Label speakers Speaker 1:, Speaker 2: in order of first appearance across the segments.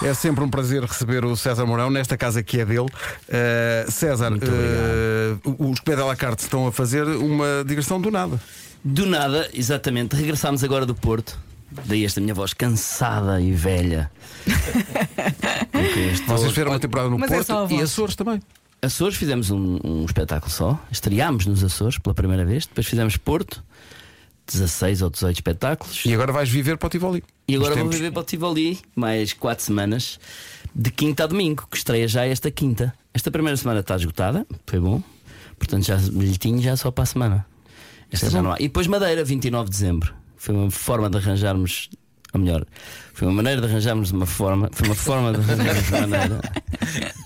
Speaker 1: É sempre um prazer receber o César Mourão nesta casa que é dele. Uh, César, uh, os Comédia à la carte estão a fazer uma digressão do nada.
Speaker 2: Do nada, exatamente. Regressámos agora do Porto. Daí esta minha voz cansada e velha.
Speaker 1: Porque Vocês fizeram uma temporada no
Speaker 3: Mas é só a
Speaker 1: Porto e
Speaker 3: voz.
Speaker 1: Açores também.
Speaker 2: Açores fizemos um, um espetáculo só, estreámos nos Açores pela primeira vez, depois fizemos Porto, 16 ou 18 espetáculos,
Speaker 1: E agora vais viver para o Tivoli.
Speaker 2: e
Speaker 1: Nos
Speaker 2: agora vou
Speaker 1: tempos.
Speaker 2: viver para o Tivoli mais 4 semanas, de quinta a domingo, que estreia já esta quinta. Esta primeira semana está esgotada, foi bom, portanto já bilhetinho já só para a semana. Esta já não há. E depois Madeira, 29 de dezembro. Foi uma forma de arranjarmos, ou melhor, foi uma maneira de arranjarmos uma forma, foi uma forma de arranjarmos uma maneira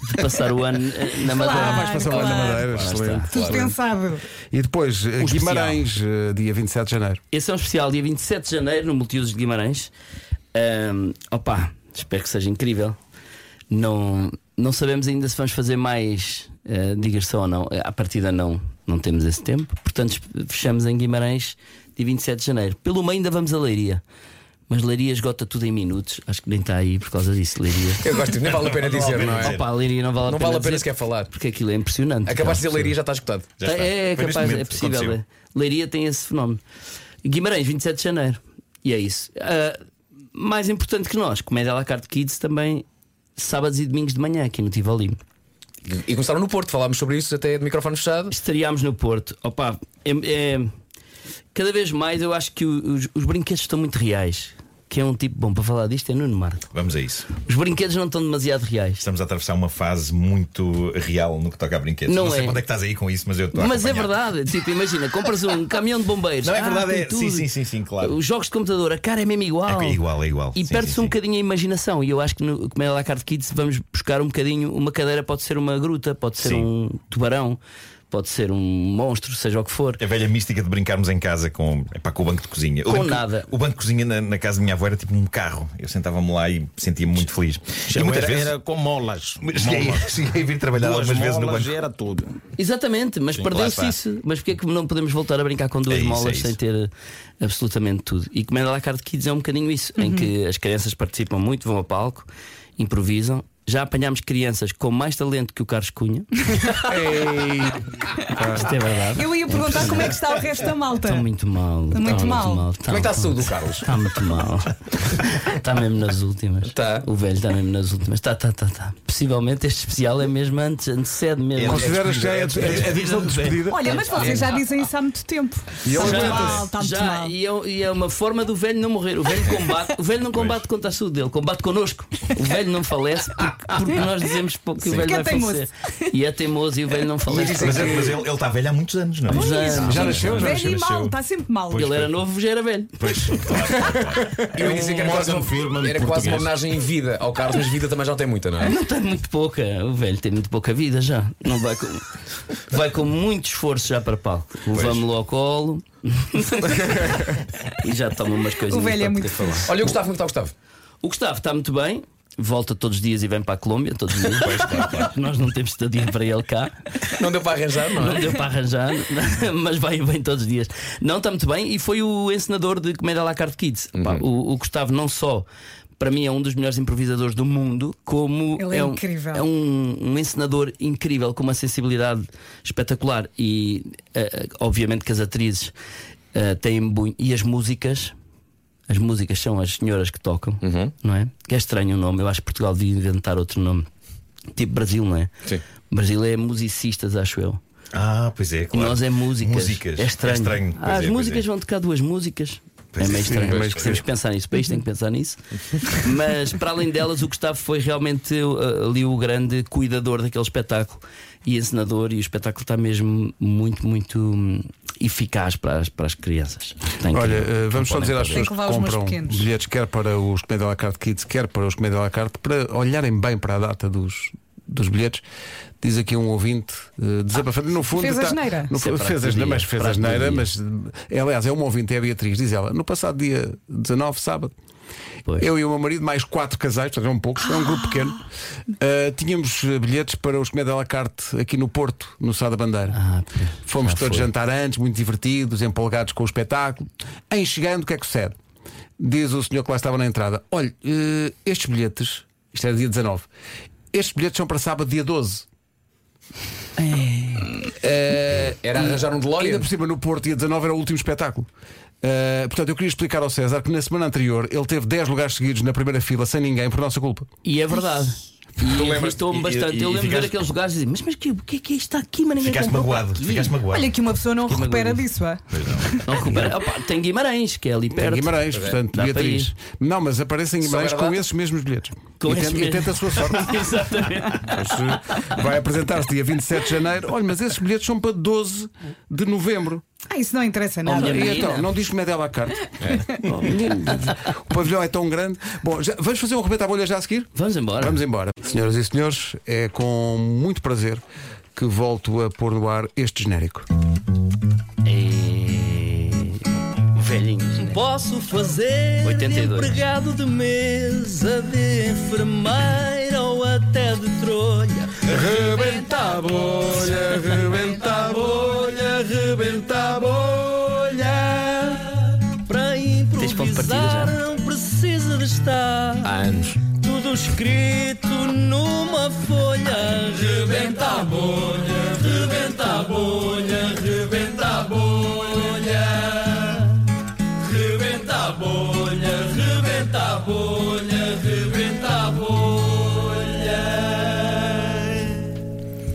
Speaker 2: de passar o ano eh, na Madeira.
Speaker 1: Ah, vais passar lá na
Speaker 3: Claro.
Speaker 1: Madeira.
Speaker 2: Lá está.
Speaker 1: Excelente.
Speaker 3: Tudo pensado.
Speaker 1: E depois, eh,
Speaker 2: especial.
Speaker 1: Guimarães, eh, dia 27 de janeiro.
Speaker 2: Esse é um especial dia 27 de janeiro no Multiusos de Guimarães. Ahm, opa, espero que seja incrível. Não, não sabemos ainda se vamos fazer mais ah, digressão ou não. À partida, não, não temos esse tempo. Portanto, esp- fechamos em Guimarães dia 27 de janeiro. Pelo meio, ainda vamos a Leiria. Mas Leiria esgota tudo em minutos. Acho que nem está aí por causa disso, Leiria.
Speaker 4: Eu gosto, nem vale a pena dizer, não é?
Speaker 2: Opa, Leiria não vale a
Speaker 4: Não
Speaker 2: pena.
Speaker 4: vale a pena
Speaker 2: dizer,
Speaker 4: sequer falar.
Speaker 2: Porque aquilo é impressionante.
Speaker 4: Acabaste de
Speaker 2: Aquela
Speaker 4: dizer Leiria já está escutado.
Speaker 5: Já está.
Speaker 2: é, é
Speaker 5: Foi neste
Speaker 2: capaz,
Speaker 5: momento
Speaker 2: é
Speaker 5: que
Speaker 2: possível.
Speaker 5: aconteceu.
Speaker 2: é. Leiria tem esse fenómeno. Guimarães, 27 de janeiro. E é isso. Ah, mais importante que nós, Comédia à la carte Kids também, sábados e domingos de manhã aqui no Tivoli.
Speaker 4: E começaram no Porto, falámos sobre isso até de microfone fechado.
Speaker 2: Estaríamos no Porto. Opa, é, é- cada vez mais eu acho que o- os, os brinquedos estão muito reais. Que é um tipo bom para falar disto, é Nuno Marco.
Speaker 5: Vamos a isso.
Speaker 2: Os brinquedos não estão demasiado reais.
Speaker 5: Estamos a atravessar uma fase muito real no que toca a brinquedos.
Speaker 2: Não
Speaker 5: Não, sei
Speaker 2: é.
Speaker 5: quando é que estás aí com isso, mas eu estou a
Speaker 2: Mas é
Speaker 5: acompanhar.
Speaker 2: verdade, tipo, imagina, compras um caminhão de bombeiros.
Speaker 5: Não, é
Speaker 2: Ah,
Speaker 5: verdade,
Speaker 2: tem
Speaker 5: é- sim,
Speaker 2: tudo.
Speaker 5: sim, sim, sim, claro.
Speaker 2: Os jogos de computador, a cara é mesmo igual.
Speaker 5: É igual, é igual.
Speaker 2: E
Speaker 5: Sim,
Speaker 2: perde-se
Speaker 5: sim,
Speaker 2: um
Speaker 5: sim.
Speaker 2: bocadinho a imaginação. E eu acho que no Comédia La Carte Kids vamos buscar um bocadinho. Uma cadeira pode ser uma gruta, pode ser
Speaker 5: Sim.
Speaker 2: um tubarão, pode ser um monstro, seja o que for.
Speaker 5: A velha mística de brincarmos em casa com, epá, com o banco de cozinha.
Speaker 2: Com
Speaker 5: o banco,
Speaker 2: nada.
Speaker 5: O banco de cozinha na, na casa da minha avó era tipo um carro. Eu sentava-me lá e sentia-me muito feliz. E muitas
Speaker 6: era,
Speaker 5: vezes.
Speaker 6: era com molas.
Speaker 5: Cheguei,
Speaker 6: molas.
Speaker 5: cheguei a vir trabalhar
Speaker 6: Duas
Speaker 5: algumas vezes no
Speaker 6: molas
Speaker 5: banco.
Speaker 6: era tudo.
Speaker 2: Exatamente, mas perdeu-se
Speaker 5: lá está.
Speaker 2: isso. Mas porque é que não podemos voltar a brincar com duas
Speaker 5: É isso,
Speaker 2: molas
Speaker 5: é
Speaker 2: sem
Speaker 5: isso.
Speaker 2: ter eh, absolutamente tudo? E Comédia La Carte Kids é um bocadinho isso, em que as crianças participam muito, vão a palco, improvisam. Já apanhámos crianças com mais talento que o Carlos Cunha.
Speaker 5: Ah.
Speaker 2: Isto é verdade.
Speaker 3: Eu ia perguntar como é que está o resto da malta.
Speaker 2: Está Tá muito mal. Está
Speaker 3: Tá muito mal.
Speaker 4: Como é que está a saúde do Carlos?
Speaker 2: Está muito mal. Está mesmo nas últimas.
Speaker 4: Tá.
Speaker 2: O velho está mesmo nas últimas. Tá, Está, está, está, está. Possivelmente este especial é mesmo antes, antecede mesmo.
Speaker 1: Consideras que é a a- a divisão de despedida?
Speaker 3: Olha, mas vocês já dizem isso há muito tempo.
Speaker 1: E
Speaker 3: está
Speaker 1: ele
Speaker 3: Tá muito
Speaker 1: aguenta-se.
Speaker 3: mal, está muito
Speaker 2: Já,
Speaker 3: mal.
Speaker 2: e, é, e é uma forma do velho não morrer. O velho combate, o velho não combate contra a saúde dele, combate connosco. O velho não falece porque, porque nós dizemos pouco que o velho
Speaker 3: Porque é
Speaker 2: vai falecer. E é teimoso e o velho não falece.
Speaker 5: Mas, ele- mas ele, ele está velho há muitos anos, não é?
Speaker 2: Pois é.
Speaker 1: Já nasceu? Já
Speaker 3: Velho
Speaker 1: nasceu?
Speaker 3: e mal, está sempre mal.
Speaker 2: Ele era novo, já era velho.
Speaker 5: Pois, claro, claro, claro.
Speaker 4: Eu ia dizer que era quase,
Speaker 6: Morgan Freeman
Speaker 4: uma, era quase
Speaker 6: português.
Speaker 4: uma homenagem em vida ao Carlos, mas vida também já tem muita, não é?
Speaker 2: Não tem muito pouca, o velho tem muito pouca vida já. Não vai com, vai com muito esforço já para palco. Levamos-lo ao colo e já toma umas coisas.
Speaker 3: O velho é muito
Speaker 4: Olha, o Gustavo, como está o Gustavo?
Speaker 2: O Gustavo está muito bem, volta todos os dias e vem para a Colômbia todos os dias. Nós não temos estadia para ele cá,
Speaker 4: Não deu para arranjar, não
Speaker 2: não
Speaker 4: é?
Speaker 2: deu para arranjar, mas vai bem todos os dias. Não está muito bem e foi o encenador de Comédia à la Carte Kids. Pá, o, o Gustavo não só. Para mim é um dos melhores improvisadores do mundo, como
Speaker 3: Ele é
Speaker 2: um,
Speaker 3: incrível.
Speaker 2: é um, um encenador incrível, com uma sensibilidade espetacular. E eh, obviamente que as atrizes eh, têm bu- e as músicas. As músicas são as senhoras que tocam, não é? Que é estranho o nome, eu acho que Portugal devia inventar outro nome. Tipo Brasil, não é?
Speaker 4: Sim.
Speaker 2: Brasil é musicistas, acho eu.
Speaker 5: Ah, pois é, claro.
Speaker 2: Nós é músicas.
Speaker 5: Músicas.
Speaker 2: É estranho. Ah,
Speaker 5: pois
Speaker 2: as
Speaker 5: é, pois
Speaker 2: músicas
Speaker 5: é.
Speaker 2: vão tocar duas músicas.
Speaker 5: Pois
Speaker 2: é meio
Speaker 5: é,
Speaker 2: estranho,
Speaker 5: pois
Speaker 2: mas
Speaker 5: é.
Speaker 2: temos que pensar nisso. O país tem que pensar nisso. Mas para além delas, o Gustavo foi realmente uh, ali o grande cuidador daquele espetáculo e encenador. E o espetáculo está mesmo muito, muito hum, eficaz para as, para as crianças. Tem que-
Speaker 1: Olha, eh, vamos só dizer às
Speaker 3: Tem
Speaker 1: pessoas
Speaker 3: que
Speaker 1: que
Speaker 3: levar os meus
Speaker 1: compram
Speaker 3: pequenos.
Speaker 1: bilhetes, quer para os Comédia à la carte Kids, quer para os Comédia à la carte, para olharem bem para a data dos, dos bilhetes. Diz aqui um ouvinte eh, desabafando. No fundo,
Speaker 3: Fez
Speaker 1: está-
Speaker 3: asneira.
Speaker 1: No,
Speaker 2: Isso é
Speaker 1: fundo,
Speaker 2: para
Speaker 1: fez
Speaker 2: aquele
Speaker 1: asneira,
Speaker 2: dia,
Speaker 1: mas fez
Speaker 2: para aquele
Speaker 1: asneira,
Speaker 2: dia.
Speaker 1: mas eh, aliás, é um ouvinte, é a Beatriz. Diz ela, no passado dia 19, sábado.
Speaker 2: Pois.
Speaker 1: Eu e o meu marido, mais quatro casais, portanto, eram poucos, é um
Speaker 3: Ah!
Speaker 1: grupo pequeno. eh, tínhamos eh, bilhetes para os Comédia à la carte aqui no Porto, no Sá da Bandeira.
Speaker 2: Ah, pois.
Speaker 1: Fomos
Speaker 2: Já
Speaker 1: todos
Speaker 2: foi.
Speaker 1: jantar antes, muito divertidos, empolgados com o espetáculo. Em chegando, o que é que sucede? Diz o senhor que lá estava na entrada: Olha, eh, estes bilhetes Isto era dia 19. Estes bilhetes são para sábado, dia 12.
Speaker 4: Era arranjar
Speaker 1: Eh,
Speaker 4: um
Speaker 1: Ainda
Speaker 4: DeLorean.
Speaker 1: por cima, no Porto, dia 19 era o último espetáculo. Uh, portanto, eu queria explicar ao César que na semana anterior ele teve 10 lugares seguidos na primeira fila sem ninguém por nossa culpa.
Speaker 2: E é verdade. E
Speaker 5: lembras-
Speaker 2: irritou-me
Speaker 5: e-
Speaker 2: bastante.
Speaker 5: e-
Speaker 2: eu lembro
Speaker 5: e
Speaker 2: de ver
Speaker 5: ficaste-
Speaker 2: aqueles lugares e dizer, mas, mas que, o que é que é isto aqui, mano? Ninguém
Speaker 5: Ficaste
Speaker 2: comprou para
Speaker 5: magoado,
Speaker 2: aqui."
Speaker 5: ficaste magoado.
Speaker 3: Olha que uma pessoa não
Speaker 2: magoa.
Speaker 3: recupera disso, é?
Speaker 5: Pois não.
Speaker 2: Não recupera. Opa, tem Guimarães, que é ali
Speaker 1: Em
Speaker 2: perto.
Speaker 1: Guimarães, portanto,
Speaker 2: Dá para
Speaker 1: Beatriz.
Speaker 2: ir.
Speaker 1: Não, mas aparecem em
Speaker 4: Só
Speaker 1: Guimarães
Speaker 4: era
Speaker 1: com
Speaker 4: barato?
Speaker 1: esses mesmos bilhetes.
Speaker 2: Com
Speaker 1: e,
Speaker 2: esses
Speaker 1: tenta, e
Speaker 2: mesmos.
Speaker 1: tenta a sua sorte.
Speaker 2: Exatamente.
Speaker 1: Mas, uh, Vai apresentar-se dia 27 de janeiro. Olha, mas esses bilhetes são para 12 de novembro.
Speaker 3: Ah, isso não interessa nada.
Speaker 2: Olha,
Speaker 1: E
Speaker 2: Menina.
Speaker 1: então, não diz como é dela a carta. Oh, menino, o pavilhão é tão grande. Bom, já, vamos fazer um rebento à bolha já a seguir?
Speaker 2: Vamos embora.
Speaker 1: Vamos embora. Senhoras e senhores, é com muito prazer que volto a pôr no ar este genérico.
Speaker 2: E... É. Velhinhos, né?
Speaker 6: Posso fazer
Speaker 2: 82.
Speaker 6: de empregado de mesa, de enfermeira ou até de trolha. Rebenta a bolha, rebenta a bolha, rebenta a bolha. Para
Speaker 2: Tens ponto de partida já?
Speaker 6: improvisar não precisa de estar
Speaker 4: Há anos.
Speaker 6: tudo escrito numa folha. Rebenta a bolha, rebenta a bolha, rebenta a bolha. Rebenta a bolha, rebenta a bolha, rebenta a bolha.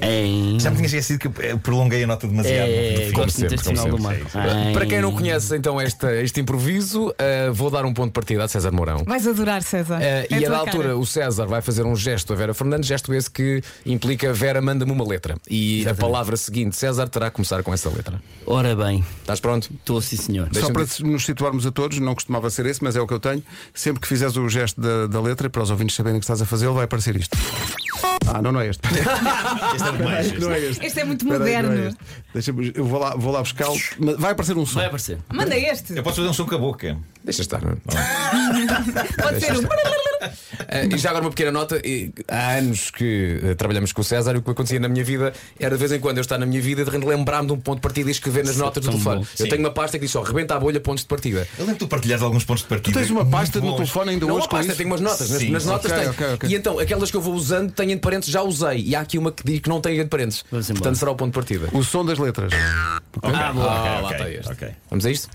Speaker 2: É. Em...
Speaker 5: Já me tinha esquecido que eu eh, prolonguei a nota demasiado. no
Speaker 2: É,
Speaker 5: fim.
Speaker 2: gosto muito deste
Speaker 5: como
Speaker 2: sinal do
Speaker 5: sempre,
Speaker 2: mar.
Speaker 5: é isso.
Speaker 4: Para quem não conhece então esta- este improviso, ah, vou dar um ponto de partida a César Mourão.
Speaker 3: Vais adorar, César.
Speaker 4: Ah,
Speaker 3: É a
Speaker 4: e a
Speaker 3: tua
Speaker 4: da altura
Speaker 3: cara.
Speaker 4: o César vai fazer um gesto a Vera Fernandes, gesto esse que implica Vera manda-me uma letra. E a palavra seguinte, César, terá que começar com essa letra.
Speaker 2: Ora bem,
Speaker 4: Estás pronto?
Speaker 2: estou sim senhor.
Speaker 1: Só
Speaker 4: Deixa-me
Speaker 1: para nos situarmos a todos, não costumava ser esse, mas é o que eu tenho. Sempre que fizeres o gesto da, da letra, para os ouvintes saberem que estás a fazê-lo, vai aparecer isto. Ah, não, não é este.
Speaker 5: Este é o mais. este.
Speaker 1: Não é este.
Speaker 3: Este é muito
Speaker 1: Espera aí, não é
Speaker 3: moderno.
Speaker 1: este. Deixa-me- eu vou lá, vou lá buscá-lo. Mas Vai aparecer um som.
Speaker 2: Vai aparecer.
Speaker 3: Manda este.
Speaker 5: Eu posso fazer um som com a boca.
Speaker 4: Deixa estar. não é?
Speaker 3: Pode ser um.
Speaker 4: Ah, e já agora uma pequena nota. e há anos que ah, trabalhamos com o César e o que acontecia na minha vida era de vez em quando eu estar na minha vida e de repente lembrar-me de um ponto de partida e escrever nas notas do
Speaker 2: tão
Speaker 4: telefone.
Speaker 2: bom.
Speaker 4: Eu
Speaker 5: Sim.
Speaker 4: tenho uma pasta que diz só rebenta a bolha pontos de partida.
Speaker 5: Eu lembro que tu partilhares alguns pontos de partida.
Speaker 1: Tens uma
Speaker 5: muito
Speaker 1: pasta no
Speaker 5: bons.
Speaker 1: telefone ainda
Speaker 4: Não
Speaker 1: hoje
Speaker 4: há pasta,
Speaker 1: com isso?
Speaker 4: tenho umas notas. nas-
Speaker 5: Sim.
Speaker 4: nas notas
Speaker 1: Ok,
Speaker 4: tenho.
Speaker 1: ok, ok.
Speaker 4: E então, aquelas que eu vou usando têm de parentes, já usei. E há aqui uma que diz que não tem de parentes.
Speaker 2: Vamos embora.
Speaker 4: Portanto, será o ponto de partida.
Speaker 1: O som das letras.
Speaker 5: Ah, boa.
Speaker 4: Ah, lá
Speaker 5: ok,
Speaker 4: está este.
Speaker 5: ok.
Speaker 4: Vamos a isto?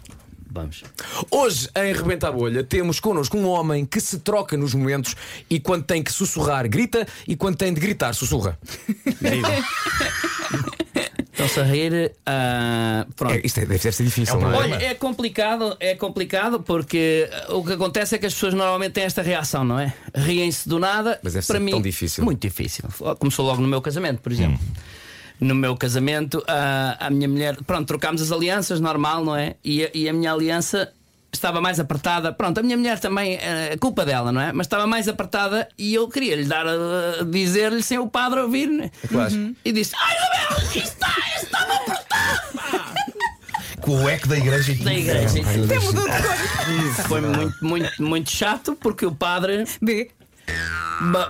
Speaker 2: Vamos.
Speaker 4: Hoje, em Rebenta a Bolha, temos connosco um homem que se troca nos momentos e quando tem que sussurrar, grita e quando tem de gritar, sussurra.
Speaker 2: Então, Sarreira, ah, pronto.
Speaker 4: É, isto é- deve ser difícil,
Speaker 5: É um
Speaker 4: não é?
Speaker 5: problema.
Speaker 2: Olha, é complicado, é complicado porque ah, o que acontece é que as pessoas normalmente têm esta reação, não é? Riem-se do nada.
Speaker 4: Mas deve
Speaker 2: para
Speaker 4: ser
Speaker 2: mim,
Speaker 4: tão difícil. Hum.
Speaker 2: Muito difícil. Começou logo no meu casamento, por exemplo. No meu casamento, ah, a, minha mulher, pronto, trocámos as alianças, normal, não é? E, a- e a minha aliança estava mais apertada. Pronto, a minha mulher também, ah, é culpa dela, não é? Mas estava mais apertada e eu queria lhe dar, ah, dizer-lhe sem o padre ouvir, né?
Speaker 4: É Quase.
Speaker 2: E disse: Ai, Roberto, isto está, isto estava apertado!
Speaker 5: Com o eco da igreja. e tudo.
Speaker 2: Da
Speaker 4: É,
Speaker 2: igreja.
Speaker 3: Até mudou de cor.
Speaker 2: Foi muito, muito, muito chato porque o padre
Speaker 3: B.
Speaker 2: ba-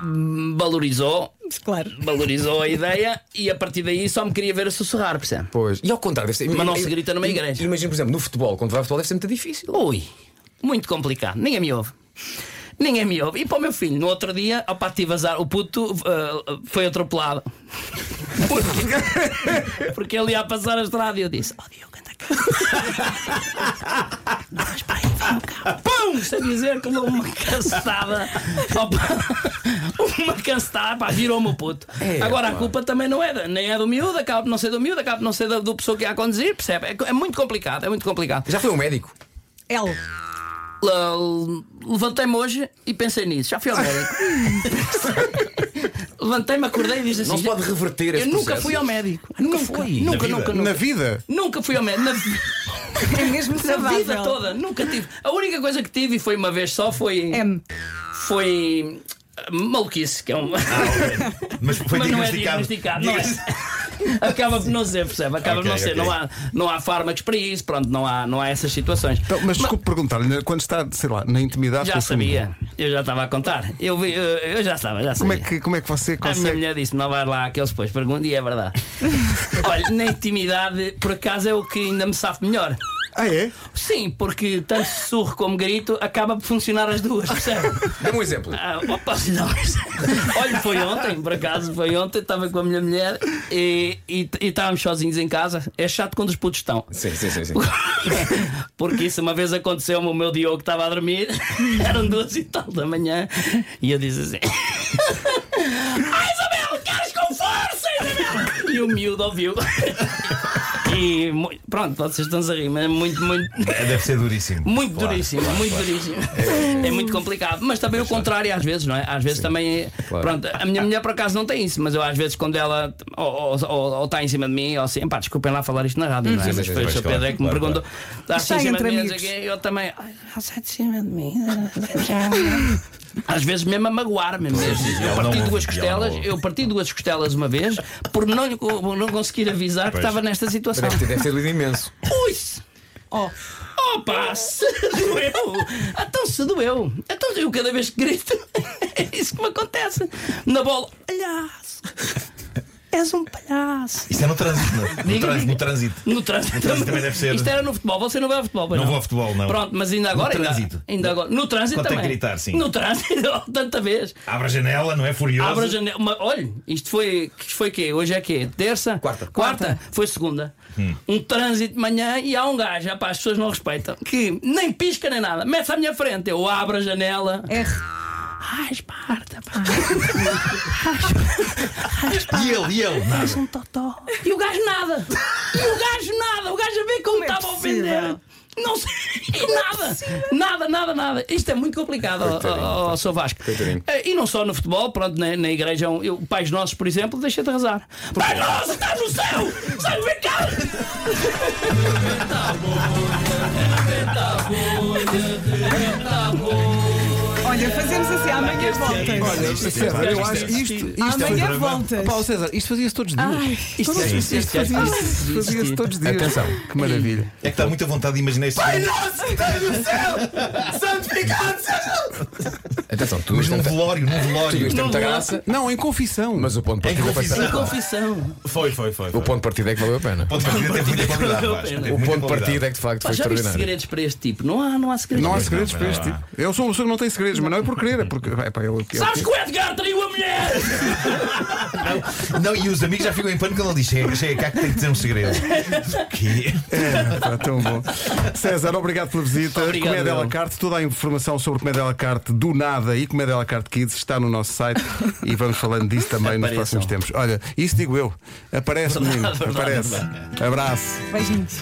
Speaker 2: valorizou,
Speaker 3: Claro.
Speaker 2: valorizou a ideia e a partir daí só me queria ver a sussurrar, percebe?
Speaker 4: Pois. E ao contrário, deve ser.
Speaker 2: Mas não
Speaker 4: eu-
Speaker 2: se grita numa
Speaker 4: eu-
Speaker 2: igreja.
Speaker 4: Imagina, por exemplo, no futebol, quando vai ao futebol, deve ser muito difícil.
Speaker 2: Ui, muito complicado. Ninguém me ouve. Ninguém me ouve. E para o meu filho, no outro dia, ao tive azar, o puto ah, foi atropelado. Porque, porque ele ia passar a estrada e eu disse: Oh Diogo, anda cá. Mas para aí, vem cá. Pum! Isto a dizer que levou uma cansada. Opa, uma cansada, pá, virou-me o puto. Agora a culpa também não é, da- nem é do miúdo, acaba por não ser do miúdo, acaba por não ser da, do pessoa que ia a conduzir, percebe? É, co- é muito complicado, é muito complicado.
Speaker 4: Já foi um médico.
Speaker 3: L.
Speaker 2: Le- Levantei-me hoje e pensei nisso. Já fui ao médico. Levantei-me, acordei e disse assim:
Speaker 4: Não se pode reverter
Speaker 2: Eu
Speaker 4: esse
Speaker 2: nunca
Speaker 4: processo."
Speaker 2: fui ao médico. Nunca fui. Nunca,
Speaker 5: vida?
Speaker 2: nunca,
Speaker 1: Na
Speaker 2: nunca.
Speaker 1: vida.
Speaker 2: Nunca fui ao médico. Na, vi-
Speaker 3: É mesmo
Speaker 2: na
Speaker 3: saudável.
Speaker 2: vida toda, nunca tive. A única coisa que tive, e foi uma vez só, foi.
Speaker 3: M.
Speaker 2: Foi. ah, Maluquice, que é um.
Speaker 5: Mas foi
Speaker 2: Mas não é
Speaker 5: diagnosticado.
Speaker 2: diagnosticado, não é? Acaba por não ser, percebe? Acaba por
Speaker 5: Ok,
Speaker 2: não ser.
Speaker 5: ok.
Speaker 2: Não, há, não há fármacos para isso, pronto, não há, não há essas situações.
Speaker 1: Então, mas desculpe perguntar-lhe, quando está, sei lá, na intimidade com
Speaker 2: Já
Speaker 1: a família,
Speaker 2: sabia, eu já estava a contar. Eu, vi, eu, eu já estava, já sabia.
Speaker 1: como é que, como é que você
Speaker 2: A minha
Speaker 1: consegue.
Speaker 2: mulher disse: não vai lá, que eles depois perguntam, e é verdade. Olha, na intimidade, por acaso é o que ainda me sabe melhor.
Speaker 1: Ah, é?
Speaker 2: Sim, porque tanto sussurro como grito acaba por funcionar as duas, percebe?
Speaker 4: Dê-me um exemplo.
Speaker 2: Ah, opa, não. Olha, foi ontem, por acaso, foi ontem, estava com a minha mulher e, e, e estávamos sozinhos em casa. É chato quando os putos estão.
Speaker 4: Sim, sim, sim. sim.
Speaker 2: Porque isso uma vez aconteceu o meu Diogo estava a dormir, eram duas e tal da manhã, e eu disse assim: Ai Isabel, queres com força, Isabel! E o miúdo ouviu. E mu- pronto, vocês estão a rir, mas é muito, muito,
Speaker 5: Deve ser duríssimo.
Speaker 2: muito
Speaker 5: Claro,
Speaker 2: duríssimo,
Speaker 5: claro,
Speaker 2: muito
Speaker 5: claro.
Speaker 2: duríssimo. É muito complicado. Mas também o contrário às vezes, não é? Às vezes também. Pronto, a minha mulher por acaso não tem isso, mas eu às vezes quando ela ou- ou ou- ou está em cima de mim, ou assim, pá, desculpem lá falar isto na rádio, não é?
Speaker 4: Sim, sim,
Speaker 2: Mas
Speaker 4: sim,
Speaker 2: foi o
Speaker 4: pois,
Speaker 2: Sr.
Speaker 5: claro,
Speaker 2: Pedro é que me
Speaker 5: claro,
Speaker 2: perguntou. Estás em
Speaker 3: Sai
Speaker 2: cima de
Speaker 3: entre
Speaker 2: mim, não sei o
Speaker 3: amigos.
Speaker 2: quê, eu também. "Ai, Ela sai de cima de mim. Às vezes mesmo a magoar-me mesmo.
Speaker 5: sim,
Speaker 2: Eu
Speaker 5: ela não
Speaker 2: parti
Speaker 5: ouve,
Speaker 2: duas
Speaker 5: ela
Speaker 2: costelas,
Speaker 5: não ouve.
Speaker 2: eu parti duas costelas uma vez por não, lhe co- não conseguir avisar que
Speaker 5: Pois. é
Speaker 2: estava nesta situação.
Speaker 4: Deve ter, deve ter doído imenso.
Speaker 2: Ui! se- Oh! Opa! Se doeu! Então se doeu! Então eu cada vez que grito, é isso que me acontece! Na bola, palhaço! És um palhaço!
Speaker 5: Isso é no trânsito, não? No
Speaker 2: Diga,
Speaker 5: trânsito,
Speaker 2: diga.
Speaker 5: no trânsito.
Speaker 2: No trânsito,
Speaker 5: trânsito também deve ser.
Speaker 2: Isto era no futebol, você não vai ao futebol, pois
Speaker 5: Não vou ao futebol, não.
Speaker 2: Pronto, mas ainda agora. ainda-
Speaker 5: trânsito.
Speaker 2: Ainda agora. No trânsito
Speaker 5: Quando tem
Speaker 2: também.
Speaker 5: que gritar, sim.
Speaker 2: No trânsito, oh, tanta vez.
Speaker 5: Abre a janela, não é? Furioso.
Speaker 2: Abra a janela. Uma, olha, isto foi. que Foi quê? Hoje é quê? Terça?
Speaker 4: Quarta.
Speaker 2: Quarta? Foi segunda. Um trânsito de manhã e há um gajo, rapaz, as pessoas não respeitam, que nem pisca nem nada. Mete-se à minha frente, eu abro a janela.
Speaker 3: R.
Speaker 2: Ai, Esparta, pá.
Speaker 5: E ele, e ele. Nada.
Speaker 2: E o gajo nada. E o gajo nada. O gajo a ver como
Speaker 3: Não é
Speaker 2: estava a
Speaker 3: possível.
Speaker 2: ofender. Não sei. E nada. Nada, nada, nada. Isto é muito complicado, ó, ó, ó, Sr. Vasco.
Speaker 4: Coitadinho.
Speaker 2: Eh, E não só no futebol, pronto, na, na igreja, um- eu, pais nossos, por exemplo, deixa de rezar. Pai nosso, estás no céu! Sai do cá!
Speaker 3: Olha, fazemos assim amanhã voltas.
Speaker 1: Olha, César, eu acho que isto. é isto
Speaker 3: Amanhã voltas.
Speaker 1: Paulo César, isto fazia-se todos os dias.
Speaker 2: Isto é
Speaker 1: Isto fazia-se fazia-se todos os dias. Atenção, que maravilha.
Speaker 5: É que está muita vontade de imaginar este filme,
Speaker 4: Atenção, tudo
Speaker 5: mas
Speaker 4: isto é
Speaker 5: num
Speaker 4: tem-
Speaker 5: velório, num
Speaker 4: tudo
Speaker 5: velório. É
Speaker 4: isto tem muita graça,
Speaker 1: Não, em confissão.
Speaker 4: mas o ponto de
Speaker 5: Em
Speaker 4: partida foi
Speaker 5: confissão.
Speaker 2: confissão.
Speaker 5: Foi, foi, foi.
Speaker 4: O ponto de partida é que valeu a pena.
Speaker 5: Ponto de partida teve muita qualidade. Vasco, teve
Speaker 4: O
Speaker 5: muita
Speaker 4: ponto de
Speaker 5: qualidade.
Speaker 4: partida é que de facto
Speaker 2: Pá,
Speaker 4: foi
Speaker 2: já viste
Speaker 4: extraordinário.
Speaker 2: segredos para este tipo? Não há, não há segredos.
Speaker 1: Não há
Speaker 5: Pois
Speaker 1: segredos
Speaker 5: não,
Speaker 1: para
Speaker 5: pois
Speaker 1: este
Speaker 5: não
Speaker 1: tipo. Eu sou uma pessoa que não tem segredos, mas não é por querer, é porque. É, pá, eu, eu,
Speaker 2: Sabes que o Edgar traiu a mulher!
Speaker 5: Não, e os amigos já ficam em pânico quando ele diz: chega, chega cá que tem que dizer um segredo. O quê?
Speaker 1: É, pá, tão bom. César, obrigado pela visita.
Speaker 2: Obrigado,
Speaker 1: Comédia à la
Speaker 2: eu.
Speaker 1: carte, toda a informação sobre Comédia à la carte do nada e Comédia à la carte Kids está no nosso site e vamos falando disso também nos
Speaker 2: Apareçam.
Speaker 1: próximos tempos. Olha, isso digo eu. Aparece, menino.
Speaker 2: Verdade,
Speaker 1: Aparece.
Speaker 2: verdade.
Speaker 1: Abraço.
Speaker 3: Beijinhos.